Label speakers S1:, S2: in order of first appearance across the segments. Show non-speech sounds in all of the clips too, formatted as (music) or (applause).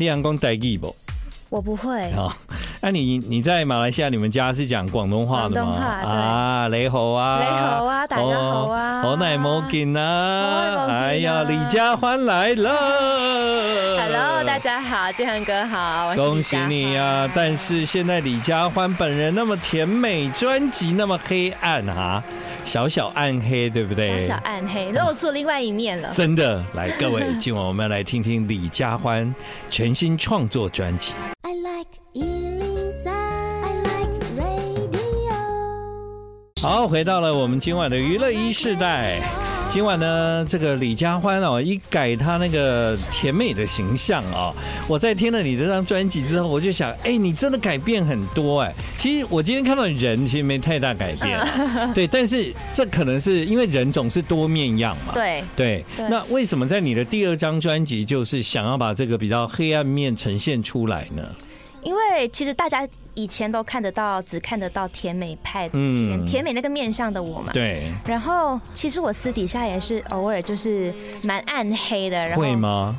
S1: 你能讲台语 (laughs) 不？
S2: 我不 (laughs) 会，呃
S1: 好，那、你你在马来西亚，你们家是讲广东话的吗？
S2: 广东话对
S1: 啊，雷猴啊，哦
S2: 雷猴啊大家好啊
S1: 好奶毛巾啊，
S2: 好耐冇見啊
S1: 哎呀，李佳欢来了
S2: Hello，大。家好，建恒哥好，我是
S1: 恭喜你啊！
S2: 李佳
S1: 但是现在李佳欢本人那么甜美，专辑那么黑暗啊，小小暗黑，对不对？
S2: 欢小小暗黑露出另外一面
S1: (laughs)
S2: 了。
S1: 真的，来各位，今晚我们要来听听李佳欢全新创作专辑。
S3: I like Ealing Sound. I like radio.
S1: 好，回到了我们今晚的娱乐一世代。今晚呢，这个李佳欢哦，一改她那个甜美的形象哦，我在听了你这张专辑之后，我就想，哎、你真的改变很多哎。其实我今天看到人，其实没太大改变，(laughs)
S2: 嗯
S1: 对。但是这可能是因为人总是多面样嘛。
S2: 对，
S1: 对，
S2: 对
S1: 那为什么在你的第二张专辑就是想要把这个比较黑暗面呈现出来呢？
S2: 因为其实大家以前都看得到，只看得到甜美派，
S1: 嗯
S2: 甜甜美那个面相的我嘛。
S1: 对，
S2: 然后，其实我私底下也是偶尔就是蛮暗黑的，然后
S1: 会吗？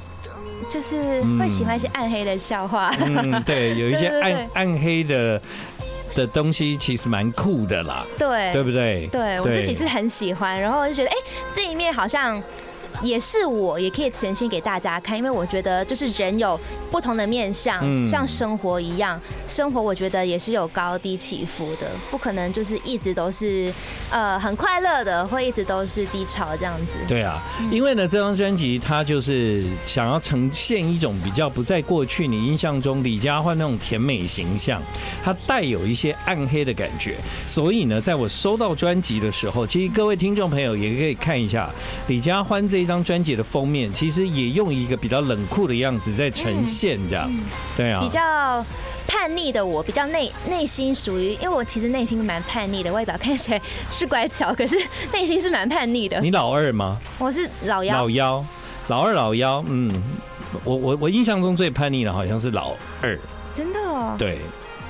S2: 就是会喜欢一些暗黑的笑话。
S1: 嗯，对，有一些
S2: 对对对
S1: 暗暗黑的的东西，其实蛮酷的啦，
S2: (laughs) 对，
S1: 对不对？
S2: 对我自己是很喜欢，然后就觉得哎、这一面好像。也是我也可以呈现给大家看，因为我觉得就是人有不同的面相，
S1: 嗯
S2: 像生活一样，生活我觉得也是有高低起伏的，不可能就是一直都是呃很快乐的，会一直都是低潮这样子。
S1: 对啊，
S2: 嗯
S1: 因为呢，这张专辑它就是想要呈现一种比较不在过去你印象中李佳欢那种甜美形象，它带有一些暗黑的感觉。所以呢，在我收到专辑的时候，其实各位听众朋友也可以看一下李佳欢这一张专辑的封面，其实也用一个比较冷酷的样子在呈现，这样。对啊，
S2: 嗯比较叛逆的我，比较内内心属于，因为我其实内心蛮叛逆的，外表看起来是乖巧，可是内心是蛮叛逆的。
S1: 你老二吗？
S2: 我是老幺，
S1: 老幺，老二老幺，嗯，我我我印象中最叛逆的好像是老二，
S2: 真的哦。
S1: 对，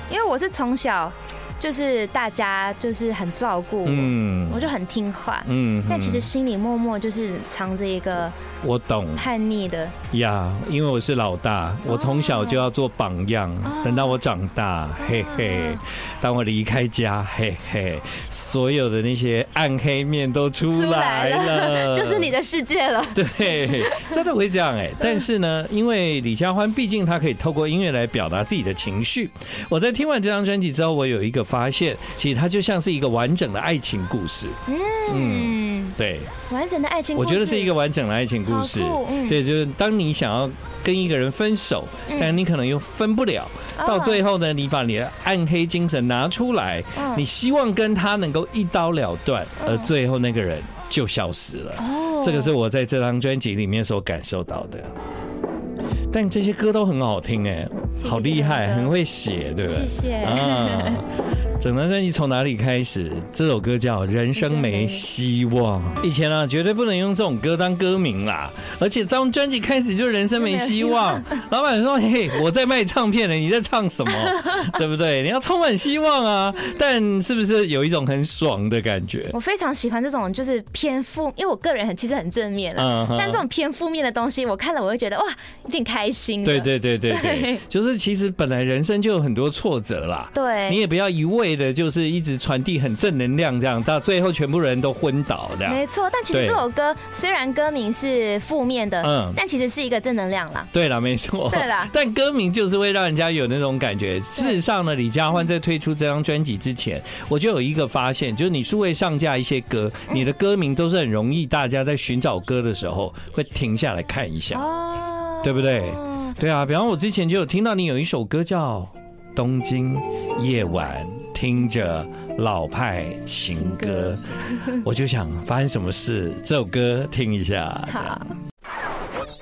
S2: 因为我是从小就是大家就是很照哦顾我，
S1: 嗯
S2: 我就很听话。
S1: 嗯
S2: 但其实心里默默就是藏着一个
S1: 我懂
S2: 叛逆的，
S1: 呀，因为我是老大，
S2: 哦
S1: 我从小就要做榜样，等到我长大，
S2: 啊
S1: 嘿嘿，当我离开家，嘿嘿，所有的那些暗黑面都出来了，
S2: (laughs) 就是你的世界了。
S1: (laughs) 对，真的会这样哎、
S2: 嗯
S1: 但是呢，因为李佳欢毕竟她可以透过音乐来表达自己的情绪。我在听完这张专辑之后，我有一个发现，其实它就像是一个完整的爱情故事。嗯，
S2: 嗯，
S1: 对，
S2: 完整的爱情故
S1: 我
S2: 事，
S1: 觉得是一个完整的爱情故事
S2: 好酷。嗯
S1: 对，就是当你想要跟一个人分手，但你可能又分不了，
S2: 哦
S1: 到最后呢，你把你的暗黑精神拿出来，
S2: 嗯
S1: 你希望跟他能够一刀了断，
S2: 啊
S1: 而最后那个人就消失了。
S2: 哦
S1: 这个是我在这张专辑里面所感受到的。但这些歌都很好听哎、
S2: 谢谢
S1: 好厉害，
S2: 大哥
S1: 很会写，对不对？
S2: 谢谢
S1: 啊，整张专辑从哪里开始？这首歌叫《人生没希望》。以前啊，绝对不能用这种歌当歌名啦。而且这张专辑开始就《人生没希
S2: (laughs)
S1: 望》，老板说：“嘿，我在卖唱片呢，你在唱什么？ (laughs) 对不对？你要充满希望啊！”但是不是有一种很爽的感觉？
S2: (laughs) 我非常喜欢这种就是偏负，因为我个人很其实很正面了，
S1: 嗯哼
S2: 哦但这种偏负面的东西，我看了我会觉得哇，有点开心的。
S1: 对对对对对
S2: 对，
S1: (laughs) 就是其实本来人生就有很多挫折啦。
S2: 对
S1: 你也不要一味的，就是一直传递很正能量，这样到最后全部人都昏倒这样。
S2: 没错，但其
S1: 啊对
S2: 实这首歌虽然歌名是负面的，
S1: 嗯
S2: 但其实是一个正能量啦。
S1: 对了，没错。
S2: 对啦
S1: (laughs) 但歌名就是会让人家有那种感觉。事实上呢，李佳欢在推出这张专辑之前，我就有一个发现，就是你数位上架一些歌，你的歌名都是很容易大家在寻找歌的时候会停下来看一下，
S2: 哦，
S1: 对不对？对啊，比方我之前就有听到你有一首歌叫《东京夜晚》，听着老派情歌，我就想发生什么事，这首歌听一下。这样
S2: 好，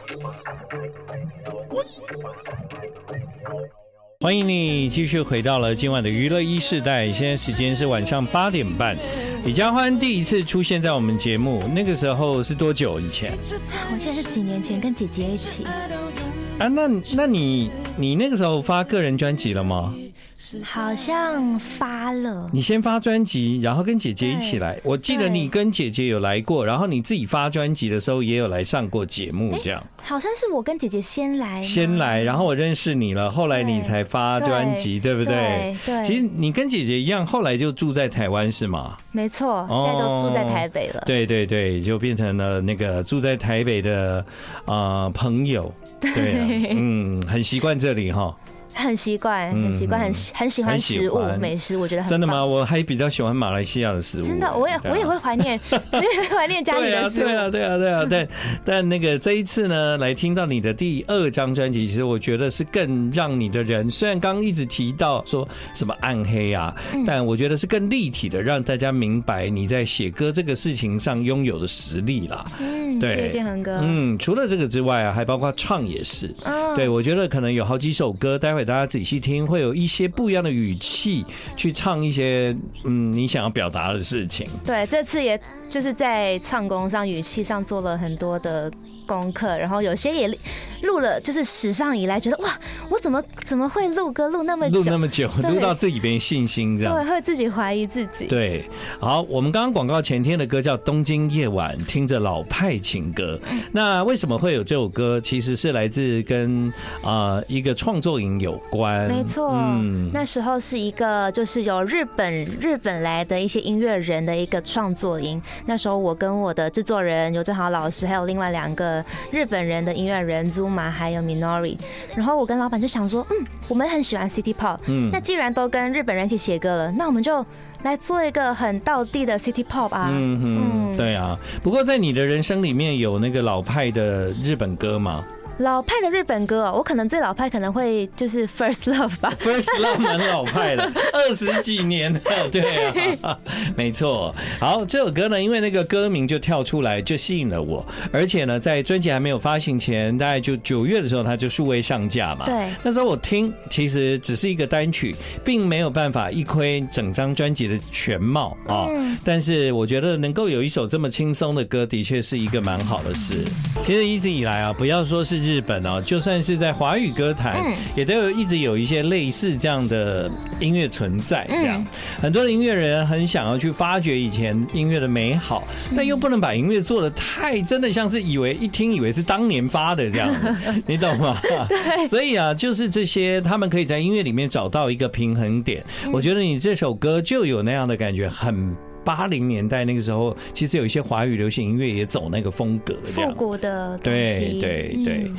S1: 欢迎你继续回到了今晚的娱乐一世代，现在时间是晚上八点半。李佳欢第一次出现在我们节目，那个时候是多久以前
S2: 我记得是几年前跟姐姐一起，
S1: 啊？那那你你那个时候发个人专辑了吗？
S2: 好像发了，
S1: 你先发专辑，然后跟姐姐一起来。我记得你跟姐姐有来过，然后你自己发专辑的时候也有来上过节目，这样
S2: 好像是我跟姐姐先来吗，
S1: 先来，然后我认识你了，后来你才发专辑，对不对？
S2: 对对
S1: 其实你跟姐姐一样，后来就住在台湾是吗？
S2: 没错，
S1: 哦
S2: 现在都住在台北了。
S1: 对对对，就变成了那个住在台北的啊朋
S2: (laughs)
S1: 友。对啊，嗯，很习惯这里哈。
S2: 很习惯，
S1: 嗯
S2: 很习惯，很喜很喜欢
S1: 很喜
S2: 食物
S1: 欢
S2: 美食，我觉得很
S1: 真的
S2: 棒？
S1: 吗？我还比较喜欢马来西亚的食物。
S2: 真的，我也
S1: 对啊
S2: 我也会怀念， (laughs) 我也会怀念家里
S1: 对
S2: 的
S1: 啊，
S2: 食
S1: 对啊，
S2: 物。
S1: 对啊，对啊，但 (laughs) 但那个这一次呢，来听到你的第二张专辑，其实我觉得是更让你的人，虽然刚刚一直提到说什么暗黑啊，
S2: 嗯
S1: 但我觉得是更立体的，让大家明白你在写歌这个事情上拥有的实力啦。
S2: 嗯，
S1: 对
S2: 谢谢恒哥。
S1: 嗯，除了这个之外啊，还包括唱也是。
S2: 嗯
S1: 对，我觉得可能有好几首歌，待会大家仔细听，会有一些不一样的语气去唱一些嗯你想要表达的事情。
S2: 对，这次也就是在唱功上、语气上做了很多的功课，然后有些也录了，就是史上以来觉得哇，我怎么怎么会录歌录那么
S1: 录
S2: 久？
S1: 那么久，
S2: 对
S1: 录到自己没信心这
S2: 对，
S1: 样。
S2: 会自己怀疑自己。
S1: 对，好，我们刚刚广告前天的歌叫《东京夜晚》，听着老派情歌。
S2: 嗯
S1: 那为什么会有这首歌？其实是来自跟啊、呃一个创作营有关。
S2: 没错，
S1: 嗯
S2: 那时候是一个就是有日本日本来的一些音乐人的一个创作营。那时候我跟我的制作人尤正豪老师，还有另外两个日本人的音乐人 Zuma 还有 Minori。然后我跟老板就想说，嗯，我们很喜欢 City Pop，
S1: 嗯
S2: 那既然都跟日本人一起写歌了，那我们就来做一个很道地的 City Pop 啊。
S1: 嗯哼，
S2: 嗯
S1: 对啊。不过在你的人生里面有那个老派的日本歌
S2: (laughs)
S1: 吗
S2: 老派的日本歌哦，我可能最老派可能会就是 First Love 吧。
S1: ？First Love 蛮老派的，二十几
S2: (laughs)
S1: 年了，对啊， (laughs) 没错。好，这首歌呢，因为那个歌名就跳出来，就吸引了我，而且呢，在专辑还没有发行前，大概就九月的时候，它就数位上架嘛。
S2: 对
S1: 那时候我听，其实只是一个单曲，并没有办法一窥整张专辑的全貌啊、但是我觉得能够有一首这么轻松的歌，的确是一个蛮好的事。其实一直以来啊，不要说是日本哦、就算是在华语歌坛，也都有一直有一些类似这样的音乐存在。这样，很多的音乐人啊很想要去发掘以前音乐的美好，但又不能把音乐做的太真的像是以为一听以为是当年发的这样子，你懂吗？所以啊，就是这些，他们可以在音乐里面找到一个平衡点。我觉得你这首歌就有那样的感觉，很。八零年代那个时候，其实有一些华语流行音乐也走那个风格，这
S2: 复
S1: 样。
S2: 古的东
S1: 对
S2: 西
S1: 对
S2: 嗯
S1: 对，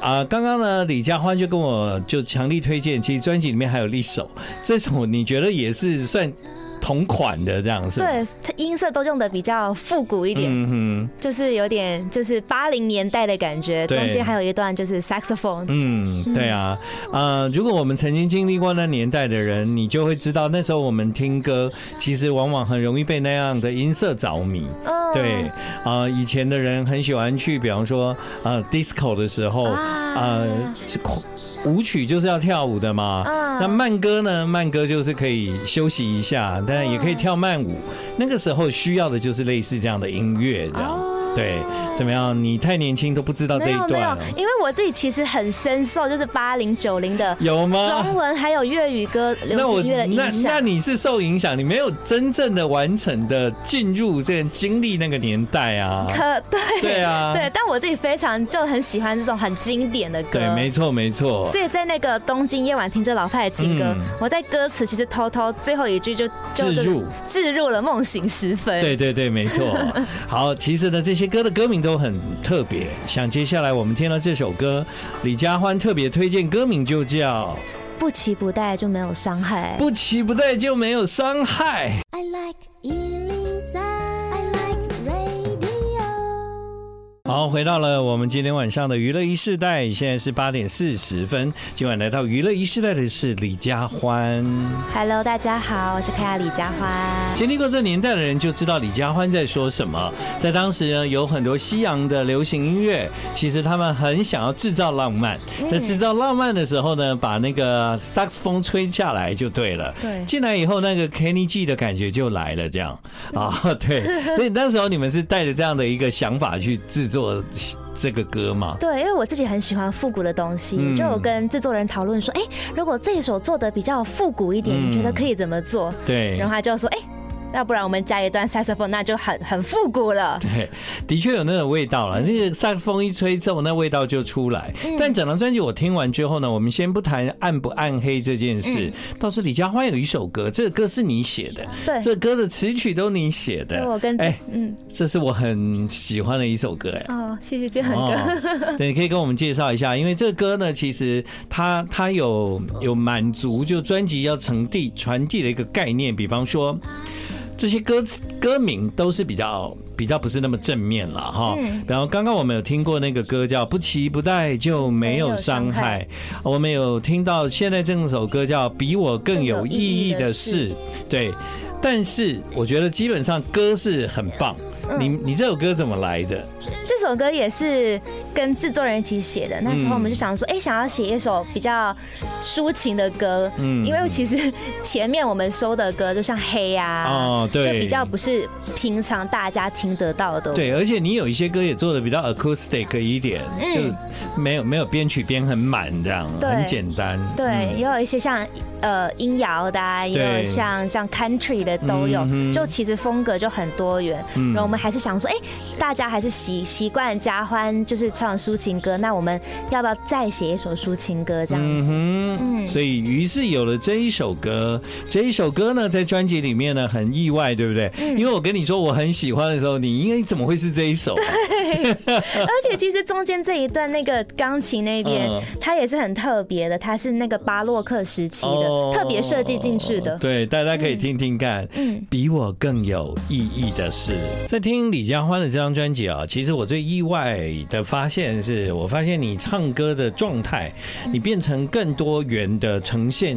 S1: 啊，刚刚呢，李佳欢就跟我就强力推荐，其实专辑里面还有一首，这首你觉得也是算同款的这样是吗？
S2: 对，它音色都用的比较复古一点，
S1: 嗯哼，
S2: 就是有点就是八零年代的感觉。
S1: 对
S2: 中间还有一段就是 saxophone，、
S1: 嗯，对啊，呃，如果我们曾经经历过那年代的人，你就会知道，那时候我们听歌，其实往往很容易被那样的音色着迷。
S2: 嗯
S1: 对，啊、以前的人很喜欢去，比方说，呃，disco 的时候，
S2: 啊
S1: 哦呃，是狂舞曲就是要跳舞的嘛。
S2: 嗯
S1: 那慢歌呢？慢歌就是可以休息一下，但也可以跳慢舞。那个时候需要的就是类似这样的音乐，这样。
S2: 哦
S1: 对，怎么样？你太年轻都不知道这
S2: 没
S1: 一
S2: 有
S1: 段
S2: 没
S1: 了
S2: 有，因为我自己其实很深受就是八零九零的
S1: 有吗？
S2: 中文还有粤语歌
S1: (laughs) 那
S2: 流
S1: 我
S2: 行乐的
S1: 那
S2: 影
S1: 那
S2: 响。
S1: 你是受影响，你没有真正的完整的进入这个经历那个年代啊。
S2: 可对
S1: 对啊
S2: 对，但我自己非常就很喜欢这种很经典的歌，
S1: 对，没错没错。
S2: 所以在那个东京夜晚听着老派的情歌，
S1: 嗯
S2: 我在歌词其实偷偷最后一句就就
S1: 置入
S2: 就是置入了梦醒时分。
S1: 对对对，没错。好，其实呢，这些歌的歌名都很特别。像接下来我们听到这首歌，李佳欢特别推荐歌名就叫
S2: 不期不待就没有伤害。
S1: 《不期不待就没有伤害》。
S3: I like Ealing Sound. I like radio.
S1: 好，回到了我们今天晚上的娱乐一世代，现在是八点四十分。今晚来到娱乐一世代的是李佳欢。
S2: Hello，大家好，我是佩亚李佳欢。
S1: 经历过这年代的人就知道李佳欢在说什么。在当时呢，有很多西洋的流行音乐，其实他们很想要制造浪漫，
S2: 嗯
S1: 在制造浪漫的时候呢，把那个萨克斯风吹下来就对了。
S2: 对
S1: 进来以后那个 Kenny G 的感觉
S2: (laughs)
S1: 就来了，这样啊，对。所以那时候你们是带着这样的一个想法去制作作这个歌嘛。
S2: 对，因为我自己很喜欢复古的东西，
S1: 嗯
S2: 就有跟制作人讨论说，哎、如果这一首做的比较复古一点，
S1: 嗯
S2: 你觉得可以怎么做？
S1: 对，
S2: 然后他就说，哎、要不然我们加一段 saxophone，那就很很复古了。
S1: 对， (laughs) 的确有那种味道了。
S2: 嗯
S1: 那个萨克斯风一吹奏，那味道就出来。但整张专辑我听完之后呢，我们先不谈暗不暗黑这件事，倒是李佳欢有一首歌，这个歌是你写的，
S2: 嗯对
S1: 这歌的词曲都你写的。
S2: 对我跟
S1: 哎，
S2: 嗯
S1: 这是我很喜欢的一首歌，哎。
S2: 哦，谢谢建恒哥。
S1: (laughs) 哦，对，可以跟我们介绍一下，因为这个歌呢，其实它它有有满足就专辑要传递传递的一个概念，比方说。这些歌词歌名都是比较比较不是那么正面了哈，然后刚刚我们有听过那个歌叫《不期不待就没有伤害》，我们有听到现在这首歌叫《比我更有意义的事》，对，但是我觉得基本上歌是很棒，你你这首歌怎么来的？
S2: 这首歌也是跟制作人一起写的。那时候我们
S1: 嗯
S2: 就想说，哎、想要写一首比较抒情的歌，
S1: 嗯
S2: 因为其实前面我们收的歌就像黑啊，
S1: 哦对
S2: 就比较不是平常大家听得到的。
S1: 对，而且你有一些歌也做的比较 acoustic 一点，
S2: 嗯
S1: 就没有没有编曲编很满这样，
S2: 对
S1: 很简单。
S2: 对也有一些像呃音摇的、啊，
S1: 嗯
S2: 也
S1: 对
S2: 有像像 country 的都有，
S1: 嗯哼
S2: 就其实风格就很多元。
S1: 嗯
S2: 然后我们还是想说，哎、大家还是习习惯家欢就是唱抒情歌，那我们要不要再写一首抒情歌这样子？
S1: 嗯哼，
S2: 嗯
S1: 所以于是有了这一首歌，这一首歌呢，在专辑里面呢很意外，对不对？
S2: 嗯
S1: 因为我跟你说我很喜欢的时候，你应该怎么会是这一首啊？
S2: 而且其实中间这一段那个钢琴那边
S1: 嗯，
S2: 它也是很特别的，它是那个巴洛克时期的，特别设计进去的。
S1: 哦对，大家可以听听看。
S2: 嗯，
S1: 比我更有意义的是，在听李佳欢的这张专辑啊，其实我最意外的发现是，我发现你唱歌的状态，
S2: 嗯
S1: 你变成更多元的呈现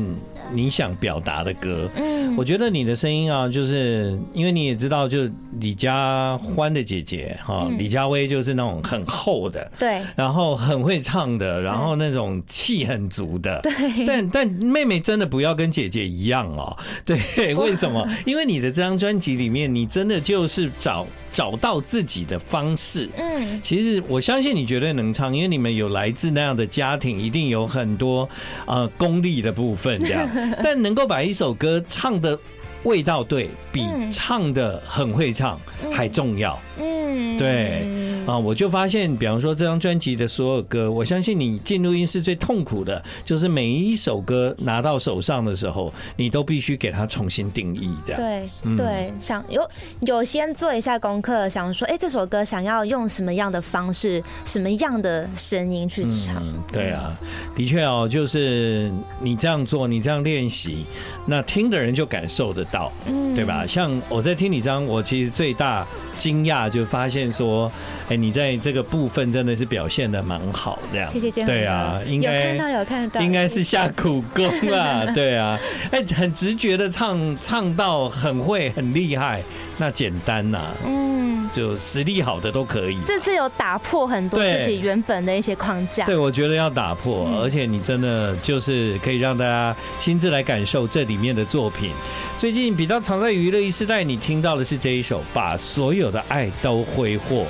S1: 你想表达的歌。
S2: 嗯
S1: 我觉得你的声音啊，就是因为你也知道，就李佳欢的姐姐哈，
S2: 嗯
S1: 李佳薇就是那种很厚的，
S2: 对，
S1: 然后很会唱的，然后那种气很足的。对，但但妹妹真的不要跟姐姐一样哦。对，为什么？因为你的这张专辑里面，你真的就是找找到自己的方式。
S2: 嗯，
S1: 其实我相信你绝对能唱，因为你们有来自那样的家庭，一定有很多呃功力的部分这
S2: (laughs)
S1: 样。但能够把一首歌唱的味道对，比
S2: 嗯
S1: 唱的很会唱还重要。
S2: 嗯，
S1: 对啊，我就发现，比方说这张专辑的所有歌，我相信你进录音室最痛苦的，就是每一首歌拿到手上的时候，你都必须给它重新定义，这样。
S2: 对
S1: 嗯
S2: 对，想有有先做一下功课，想说，哎，这首歌想要用什么样的方式，什么样的声音去唱？
S1: 嗯，对啊，的确哦，就是你这样做，你这样练习，那听的人就感受得到，
S2: 嗯
S1: 嗯对吧？像我在听你这张，我其实最大惊讶就发现说，哎，你在这个部分真的是表现的蛮好，这样。
S2: 谢谢建恒哥，
S1: 对啊，应
S2: 有
S1: 该
S2: 看到有看到，
S1: 应该是下苦功啦，对啊，哎，很直觉的唱唱到很会很厉害，那简单呐、
S2: 嗯，
S1: 就实力好的都可以。
S2: 这次有打破很多
S1: 对
S2: 自己原本的一些框架。
S1: 对，我觉得要打破，而且你真的就是可以让大家亲自来感受这里面的作品。最近比较常在娱乐一时代，你听到的是这一首《把所有的爱都挥霍》。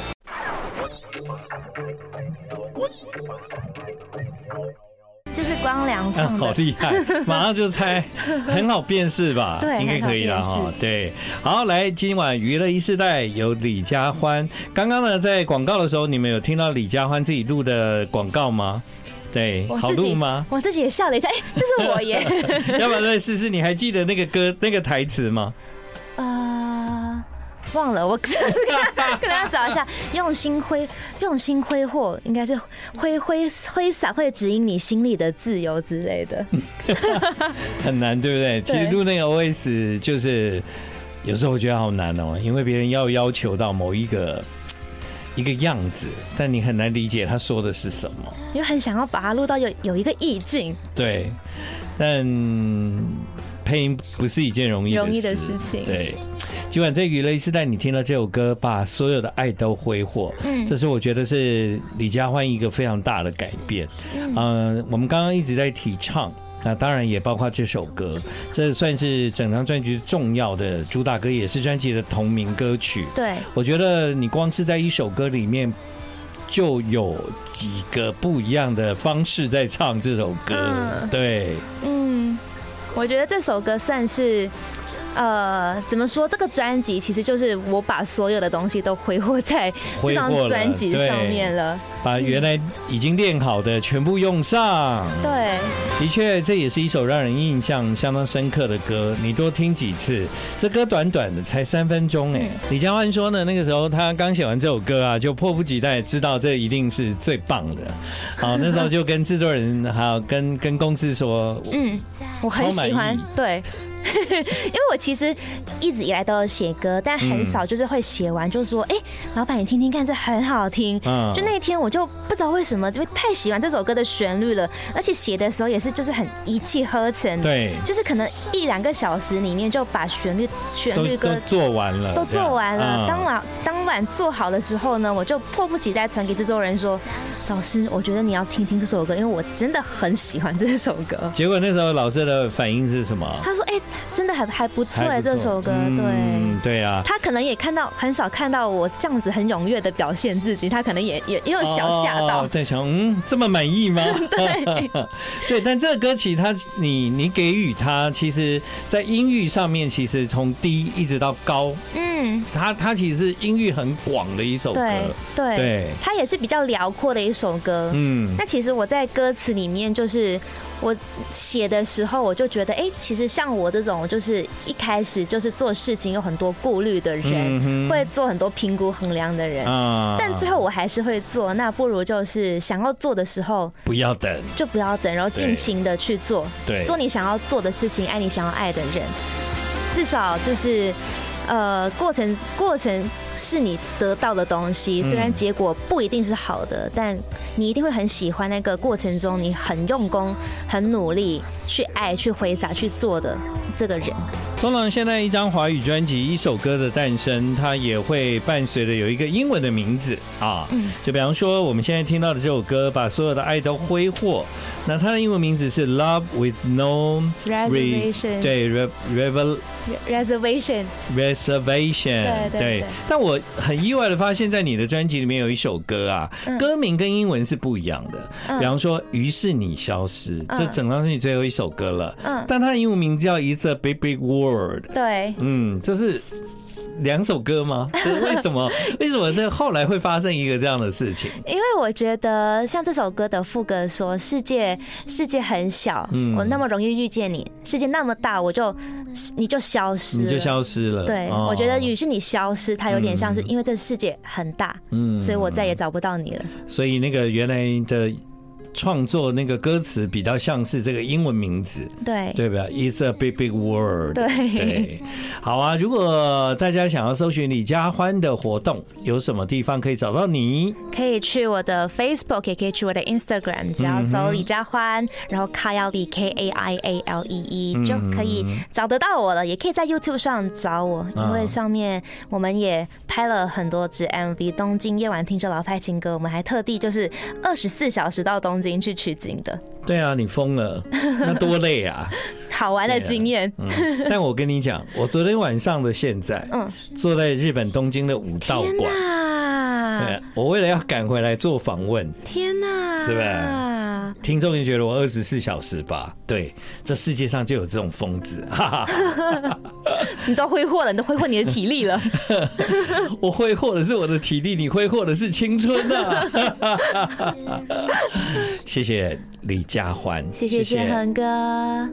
S2: 这是光良
S1: 啊，
S2: 唱
S1: 好
S2: 的，
S1: 厉害，马上就猜，很好辨识吧？
S2: (laughs) 对
S1: 应该可以了
S2: 很好
S1: 哈
S2: 辨。识
S1: 对，好，来，今晚娱乐一世代有李佳欢。刚刚呢，在广告的时候，你们有听到李佳欢自己录的广告吗？对，
S2: 我
S1: 好
S2: 自己
S1: 录
S2: (laughs)
S1: 吗？
S2: 我自己也笑了一下，哎、这是我耶。
S1: (laughs) 要不然再试试，你还记得那个歌那个台词吗？
S2: 呃，忘了，我 (laughs) 可能要找一下。用心挥，用心挥霍，应该是挥挥挥洒，会指引你心里的自由之类的。
S1: 嗯很难，对不对？其实录那个 OS 就是有时候我觉得好难哦，因为别人要要求到某一个一个样子，但你很难理解他说的是什么。
S2: 又很想要把它录到有有一个意境，
S1: 对，但配音不是一件容易
S2: 容易的事情
S1: 对，今晚在娱乐时代，你听到这首歌，把所有的爱都挥霍，嗯，这是我觉得是李佳欢一个非常大的改变。嗯、我们刚刚一直在提倡。那当然也包括这首歌，这算是整张专辑重要的主打歌，也是专辑的同名歌曲。
S2: 对，
S1: 我觉得你光是在一首歌里面就有几个不一样的方式在唱这首歌。
S2: 嗯
S1: 对，
S2: 嗯，我觉得这首歌算是。呃，怎么说？这个专辑其实就是我把所有的东西都挥霍在这
S1: 挥
S2: 张
S1: 霍了
S2: 专辑上面了。
S1: 把原来已经练好的全部用上。
S2: 对，
S1: 的确，这也是一首让人印象相当深刻的歌。你多听几次，这歌短短的，才三分钟哎。李佳欢说呢，那个时候他刚写完这首歌啊，就迫不及待知道这一定是最棒的。好，那时候就跟制作人还有跟跟公司说，
S2: 嗯，我很喜
S1: 超满
S2: 欢
S1: 意。
S2: 对， (laughs) 因为我其实一直以来都有写歌，但很少就是会写完就说，哎、老板你听听看，这很好听。
S1: 嗯
S2: 就那天我就不知道为什么，因为太喜欢这首歌的旋律了，而且写的时候也是就是很一气呵成，，
S1: 对，
S2: 就是可能一两个小时里面就把旋律旋
S1: 都
S2: 律歌
S1: 都做完了，
S2: 都做完
S1: 这样
S2: 了。
S1: 嗯
S2: 当晚当晚做好的时候呢，我就迫不及待传给制作人说：“老师，我觉得你要听听这首歌，因为我真的很喜欢这首歌。
S1: 结果那时候老师的反应是什么”？
S2: 他说：“哎、真的还还不错
S1: 还
S2: 哎，
S1: 不错
S2: 这首歌。对。
S1: 嗯对啊，
S2: 他可能也看到很少看到我这样子很踊跃的表现自己，他可能也也也有小吓到。
S1: 哦在想嗯这么满
S2: (laughs)
S1: 意吗？ (laughs) 对但这个歌曲它你你给予它，其实在音域上面，其实从低一直到高，
S2: 嗯，
S1: 它它其实是音域很广的一首歌，
S2: 对对，
S1: 对
S2: 他也是比较辽阔的一首歌。
S1: 嗯。
S2: 那其实我在歌词里面，就是我写的时候，我就觉得，哎、其实像我这种，就是一开始就是做事情有很多顾虑的人，
S1: 嗯哼
S2: 会做很多评估衡量的人。
S1: 啊
S2: 但最后我还是会做，那不如就是想要做的时候
S1: 不要等，
S2: 就不要等，然后
S1: 对
S2: 尽情的去做，
S1: 对，
S2: 做你想要做的事情，爱你想要爱的人。至少就是，呃，过程过程是你得到的东西，虽然
S1: 嗯
S2: 结果不一定是好的，但你一定会很喜欢那个过程中你很用功、很努力去爱、去挥洒、去做的这个人。
S1: 通常现在一张华语专辑、一首歌的诞生，它也会伴随着有一个英文的名字啊。
S2: 嗯
S1: 就比方说我们现在听到的这首歌，把所有的爱都挥霍，那它的英文名字是 Love with No Re-
S2: Reservation
S1: 对 Re- Revel
S2: Reservation，
S1: Reservation，
S2: 对对对
S1: 但我很意外的发现，在你的专辑里面有一首歌啊，
S2: 嗯
S1: 歌名跟英文是不一样的。
S2: 嗯
S1: 比方说，《于是你消失》，这
S2: 嗯
S1: 整张专辑最后一首歌了。
S2: 嗯，
S1: 但它的英文名叫《It's a Big Big World》。
S2: 对。
S1: 嗯，这是两首歌
S2: (laughs)
S1: 吗？这为什么？为什么这后来会发生一个这样的事情？
S2: 因为我觉得像这首歌的副歌说“世界世界很小，
S1: 嗯
S2: 我那么容易遇见你；世界那么大，我就你就消失了，
S1: 你就消失了。
S2: 对，
S1: 哦
S2: 我觉得与是你消失，它有点像是
S1: 嗯
S2: 因为这世界很大，
S1: 嗯
S2: 所以我再也找不到你了。
S1: 所以那个原来的创作那个歌词比较像是这个英文名字，
S2: 对，
S1: 对吧？It's a big big world。
S2: 对，
S1: 对，好啊！如果大家想要搜寻李佳欢的活动，有什么地方可以找到你？
S2: 可以去我的 Facebook，也可以去我的
S1: 嗯
S2: Instagram，只要搜李佳欢，然后 K L E K A I A L E E
S1: 嗯
S2: 就可以找得到我了。也可以在 YouTube 上找我，
S1: 啊
S2: 因为上面我们也拍了很多支 MV，《东京夜晚听着老派情歌》，我们还特地就是二十四小时到东京去取景的，
S1: 对啊，你疯了，那多累啊！
S2: 好玩的
S1: 对啊
S2: 经验。
S1: 嗯，但我跟你讲，我昨天晚上的现在，
S2: 嗯，
S1: 坐在日本东京的武道
S2: 天
S1: 馆，
S2: 哪
S1: 对！我为了要赶回来做访问，
S2: 天呐，
S1: 是吧？听众就觉得我二十四小时吧。对，这世界上就有这种疯子， (laughs) 哈哈哈
S2: 你都挥霍了，你都挥霍你的体力了。
S1: 我挥霍的是我的体力，你挥霍的是青春啊！ (laughs) 哈哈哈 (laughs) 哈谢谢李佳欢，
S2: 谢谢建恒哥。